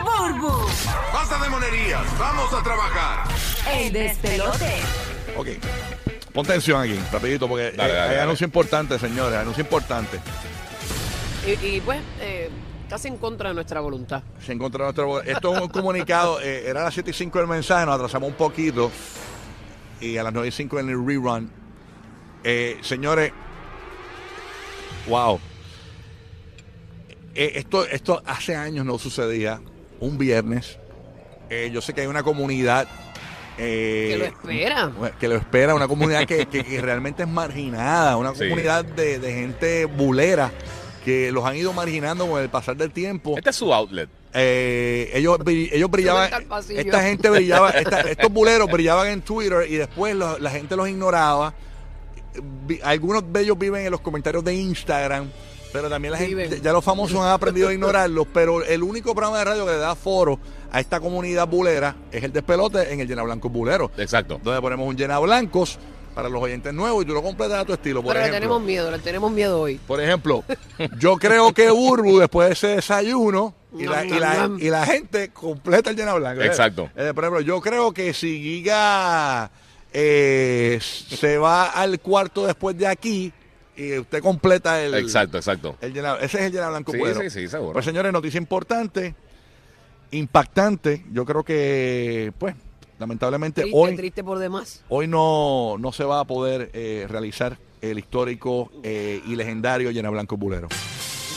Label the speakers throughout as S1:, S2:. S1: Burbu,
S2: Basta de monerías, vamos a trabajar.
S1: el despelote.
S3: Ok. Pon tensión aquí, rapidito, porque
S4: Dale,
S3: eh,
S4: dale,
S3: hay
S4: dale.
S3: anuncio importante, señores, anuncio importante.
S5: Y, y, pues, eh, casi en contra de nuestra voluntad.
S3: Se encontró nuestro... Esto es un comunicado, eh, era a las 7 y 5 el mensaje, nos atrasamos un poquito. Y a las 9 y 5 en el rerun. Eh, señores, wow. Eh, esto, esto hace años no sucedía, un viernes. Eh, yo sé que hay una comunidad... eh,
S5: que lo espera.
S3: que lo espera, una comunidad que, que- que realmente es marginada, una
S4: Sí.
S3: comunidad de, de gente bulera que los han ido marginando con el pasar del tiempo.
S4: Este es su outlet.
S3: Eh, ellos, bri- ellos brillaban,
S5: Suelta el pasillo.
S3: esta gente brillaba, esta- estos buleros brillaban en Twitter y después los- la gente los ignoraba. Vi- algunos de ellos viven en los comentarios de Instagram, pero también la gente,
S5: Viven.
S3: ya los famosos han aprendido a ignorarlos, pero el único programa de radio que le da foro a esta comunidad bulera es el despelote en el Llena Blanco Bulero
S4: Exacto.
S3: donde ponemos un llena blancos para los oyentes nuevos y tú lo completas a tu estilo. Por
S5: Pero le tenemos
S3: ejemplo,
S5: miedo, le tenemos miedo hoy.
S3: por ejemplo, yo creo que Burbu después de ese desayuno y, la, y, la, y la gente completa el llena blanco.
S4: Exacto.
S3: Eh, por ejemplo, yo creo que si Giga eh, se va al cuarto después de aquí y usted completa el,
S4: Exacto, exacto.
S3: el llena- ese es el llena blanco
S4: Sí,
S3: bueno.
S4: sí, sí, seguro.
S3: Pues señores, noticia importante, impactante. Yo creo que, pues, lamentablemente
S5: Triste,
S3: hoy...
S5: triste por demás.
S3: Hoy no, no se va a poder eh, realizar el histórico eh, y legendario Llena Blanco Bulero.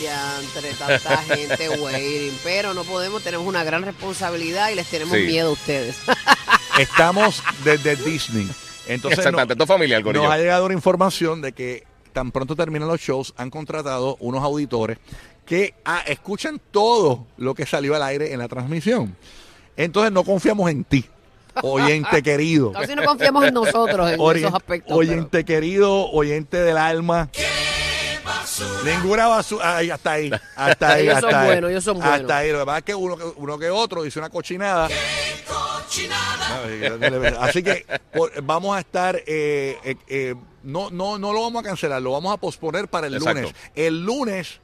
S5: Ya entre tanta gente waiting. Pero no podemos, tenemos una gran responsabilidad y les tenemos
S4: Sí.
S5: miedo a ustedes.
S3: Estamos desde Disney. Entonces no-
S4: Exactamente, esto es familiar,
S3: nos,
S4: Corillo.
S3: ha llegado una información de que tan pronto terminan los shows, han contratado unos auditores que ah, escuchan todo lo que salió al aire en la transmisión. Entonces no confiamos en ti, oyente querido.
S5: Casi no confiamos en nosotros en
S3: Orien-
S5: esos aspectos.
S3: oyente querido, oyente del alma. Ninguna basura. Ay, hasta ahí. Hasta ahí.
S5: Ellos
S3: hasta
S5: son
S3: ahí.
S5: buenos, ellos son buenos.
S3: Hasta ahí. Lo que pasa es que uno, que- uno que otro dice una cochinada. Ay, Así que por- vamos a estar. eh, eh, eh, no, no, no lo vamos a cancelar, lo vamos a posponer para el
S4: Exacto.
S3: lunes. El lunes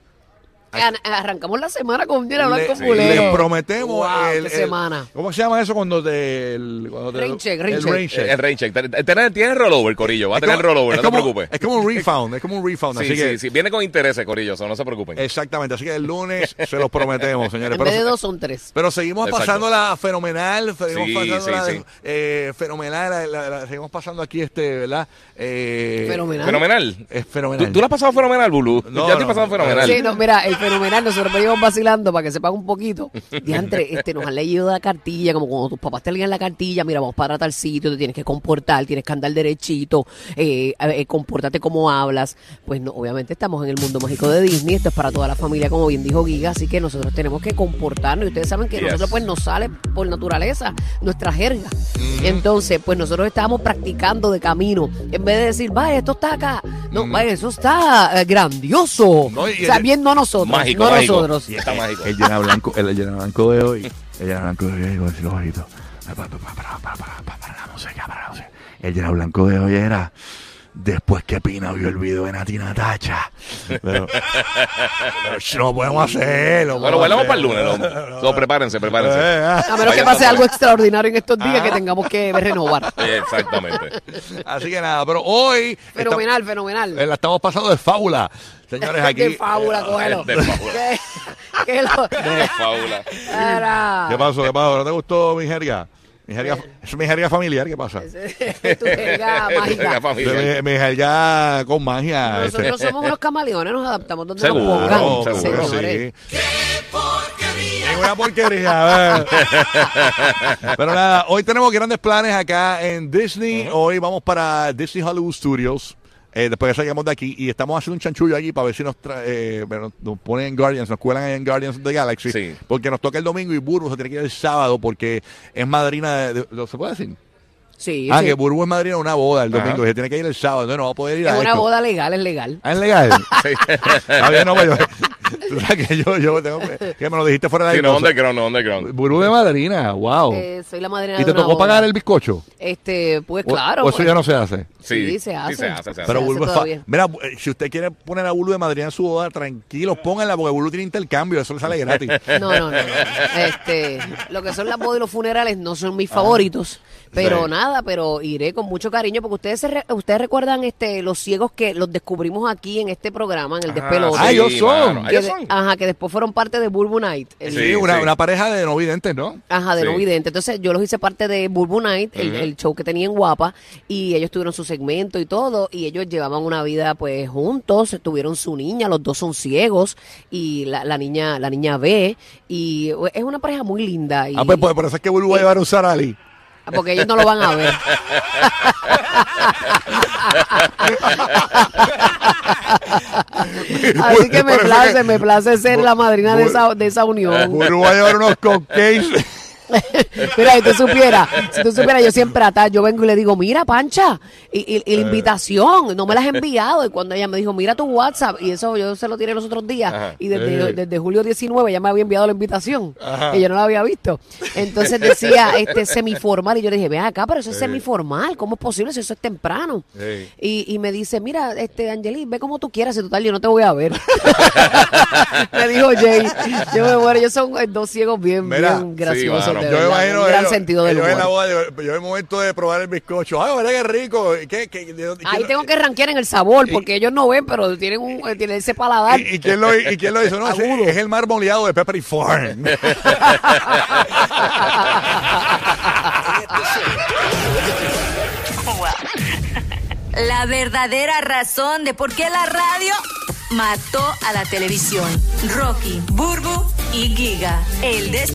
S5: pero- An- Arrancamos la semana con un día blanco
S3: le,
S5: con
S3: les prometemos.
S5: Wow,
S3: el,
S5: qué
S3: el-
S5: semana.
S3: ¿Cómo se llama eso cuando te. El, cuando te-
S5: Rain
S3: el
S5: check, rain check.
S3: rain
S4: El- el rain check. Tiene, tiene rollover, Corillo. Va a
S3: Es
S4: tener
S3: como-
S4: rollover,
S3: es
S4: no te
S3: como-
S4: preocupes.
S3: Es como un refund, es como un refund.
S4: Sí,
S3: así
S4: sí,
S3: que, Eh,
S4: sí. Viene con intereses, Corillo, eso no se preocupen.
S3: Exactamente, así que el lunes se los prometemos, señores.
S5: En vez de
S3: Pero,
S5: dos son tres.
S3: pero seguimos
S4: Exacto.
S3: pasándola fenomenal, seguimos
S4: Sí,
S3: pasándola
S4: sí, sí.
S3: eh, fenomenal, la- la- la- seguimos pasando aquí, este, ¿verdad? Eh,
S5: Fenomenal.
S4: Fenomenal.
S3: Es
S4: ¿Tú,
S3: fenomenal.
S4: tú la has pasado fenomenal, Bulu.
S3: No,
S4: ya te he
S3: no,
S4: pasado
S3: no.
S4: fenomenal.
S5: Sí, no, mira, el fenomenal, nosotros venimos vacilando para que sepan un poquito. Diantre, este, nos han leído la cartilla, como cuando tus papás te leían la cartilla, mira, vamos para tal sitio, te tienes que comportar, tienes que andar derechito, eh, eh, compórtate como hablas. Pues no, obviamente estamos en el mundo mágico de Disney, esto es para toda la familia, como bien dijo Giga, así que nosotros tenemos que comportarnos. Y ustedes saben que
S4: Yes.
S5: nosotros pues nos sale por naturaleza nuestra jerga.
S4: Mm.
S5: Entonces, pues nosotros estábamos practicando de camino, en vez de decir, vaya, esto está acá.
S4: Mm.
S5: No, vaya, eso está eh, grandioso.
S3: No, y-
S5: O sea, bien no a nosotros,
S4: Mágico,
S5: no a
S4: mágico.
S5: nosotros.
S4: Y
S3: Eh,
S4: está mágico.
S3: El llena blanco, el llena blanco de hoy, el llena blanco de hoy, con los ojitos. Pa, pa, pa, pa, pa, pa, pa, pa, Para la música, para la música. El llena blanco de hoy era después que Pina vio el video de Nati Natacha. Pero, pero sh, no podemos hacerlo.
S4: Bueno, volvemos para el lunes. ¿no? So, prepárense,
S3: Eh,
S4: prepárense.
S3: ah.
S5: A menos que pase
S4: Vaya, vamos.
S5: algo extraordinario en estos días que tengamos que renovar.
S3: eh.
S4: Exactamente.
S3: Así que nada, pero hoy
S5: Fenomenal,
S3: esta- eh,
S5: fenomenal.
S3: la estamos pasando de fábula. Señores, aquí. eh,
S5: Qué fábula, cógelo.
S4: de fábula.
S5: Qué- qué lo-
S4: Paula.
S5: Era-
S3: ¿Qué pasó? ¿Qué pasó? ¿No te gustó mi jerga? Mi jerga,
S5: Eh.
S3: es mi jerga familiar, ¿qué pasa?
S5: Tu jerga mágica.
S4: La familia.
S3: Mi, mi jerga con magia. este.
S5: Nosotros somos unos camaleones, nos adaptamos donde
S4: Seguro,
S5: nos pongan.
S3: Claro,
S4: seguro,
S3: seguro,
S5: señores.
S3: sí. Es una porquería. eh. Pero nada, hoy tenemos grandes planes acá en Disney. Hoy vamos para Disney Hollywood Studios. Eh, después que salgamos de aquí y estamos haciendo un chanchullo allí para ver si nos, tra- eh, bueno, nos ponen en Guardians, nos cuelan ahí en Guardians of the Galaxy.
S4: Sí.
S3: Porque nos toca el domingo y Burbu se tiene que ir el sábado porque es madrina de. de- ¿lo ¿Se puede decir?
S5: Sí,
S3: ah,
S5: sí.
S3: que Burbu es madrina de una boda el domingo
S4: Ajá.
S3: y se tiene que ir el sábado. Entonces no va a poder ir
S5: es
S3: a
S5: una
S3: esto.
S5: boda legal, es legal.
S3: Ah, es legal.
S4: Sí.
S3: Está bien, no, pues yo. Tú sabes que yo, yo tengo que, que me lo dijiste fuera de
S4: Sí,
S3: la
S4: no, underground, no, underground.
S3: Burbu de madrina, wow.
S5: Eh, soy la madrina
S3: Oh. ¿Y
S5: de
S3: te
S5: una
S3: tocó
S5: boda.
S3: pagar el bizcocho?
S5: Este, pues
S3: O-
S5: claro.
S3: O, eso
S5: pues.
S3: ya no se hace.
S4: Sí,
S5: Sí, se hace.
S4: Sí, se hace, se hace.
S3: Pero
S5: hace
S3: Bulbo es fa-
S5: todavía.
S3: Mira, eh, si usted quiere poner a Bulbo de madrina en su boda, tranquilo, pónganla porque Bulbo tiene intercambio, eso le sale gratis.
S5: No, no, no, no. Este, lo que son las bodas y los funerales no son mis favoritos. Pero
S4: Ah, Sí.
S5: nada, pero iré con mucho cariño porque ustedes se re- ustedes recuerdan este los ciegos que los descubrimos aquí en este programa, en el despelote.
S3: Ah, ellos
S4: sí,
S3: son.
S4: mano,
S5: que
S4: ellos
S5: de-
S4: son.
S5: Ajá, que después fueron parte de Burbu Night. el-
S3: Sí, una,
S4: sí.
S3: una pareja de no videntes, ¿no?
S5: Ajá, de
S4: Sí.
S5: no vidente. Entonces yo los hice parte de Burbu Night, el, el show que tenía en Guapa, y ellos tuvieron su segmento y todo, y ellos llevaban una vida pues juntos, tuvieron su niña, los dos son ciegos, y la, la niña la niña ve, y es una pareja muy linda. Y, ah,
S3: Ah, pues, pues, por eso es que Bulbo va a llevar a usar a Ali.
S5: porque ellos no lo van a ver. Así que
S3: Por
S5: me
S3: eso
S5: place,
S3: que-
S5: me place ser la madrina de esa, de esa unión.
S3: Bulbo va a llevar unos cupcakes.
S5: Mira, si tú supieras, si tú supieras, yo siempre atrás, yo vengo y le digo, mira, Pancha, y, y- y la invitación, no me la has enviado. Y cuando ella me dijo, mira tu WhatsApp, y eso yo se lo tiré los otros días,
S4: Ajá.
S5: y desde,
S3: Eh.
S5: desde julio 19 ya me había enviado la invitación,
S3: Ajá.
S5: que yo no la había visto. Entonces decía, este semiformal, y yo le dije, ven acá, pero eso es semiformal, ¿cómo es posible si eso es temprano?
S3: Eh.
S5: Y, y me dice, mira, este, Angelis, ve como tú quieras, si total yo no te voy a ver. me dijo Jay, yo me muero, ellos son eh, dos ciegos bien,
S3: Mira,
S5: bien graciosos.
S4: sí, mano.
S5: de
S4: De
S3: yo me
S5: verdad,
S3: imagino.
S5: un gran
S3: ellos-
S5: sentido del
S3: ellos en la
S5: humor.
S3: boda, yo, yo en el momento de probar el bizcocho. Ah, ¿verdad que rico? ¿Qué, qué, de dónde-
S5: Ahí
S3: quién-
S5: tengo que rankear en el sabor, porque ellos no ven, pero tienen, un, eh, tienen ese paladar.
S3: ¿Y, y quién lo, ¿Y quién lo hizo? No, ese- es el mar boleado de Pepper y Farm.
S1: La verdadera razón de por qué la radio mató a la televisión. Rocky, Burbu y Giga. El des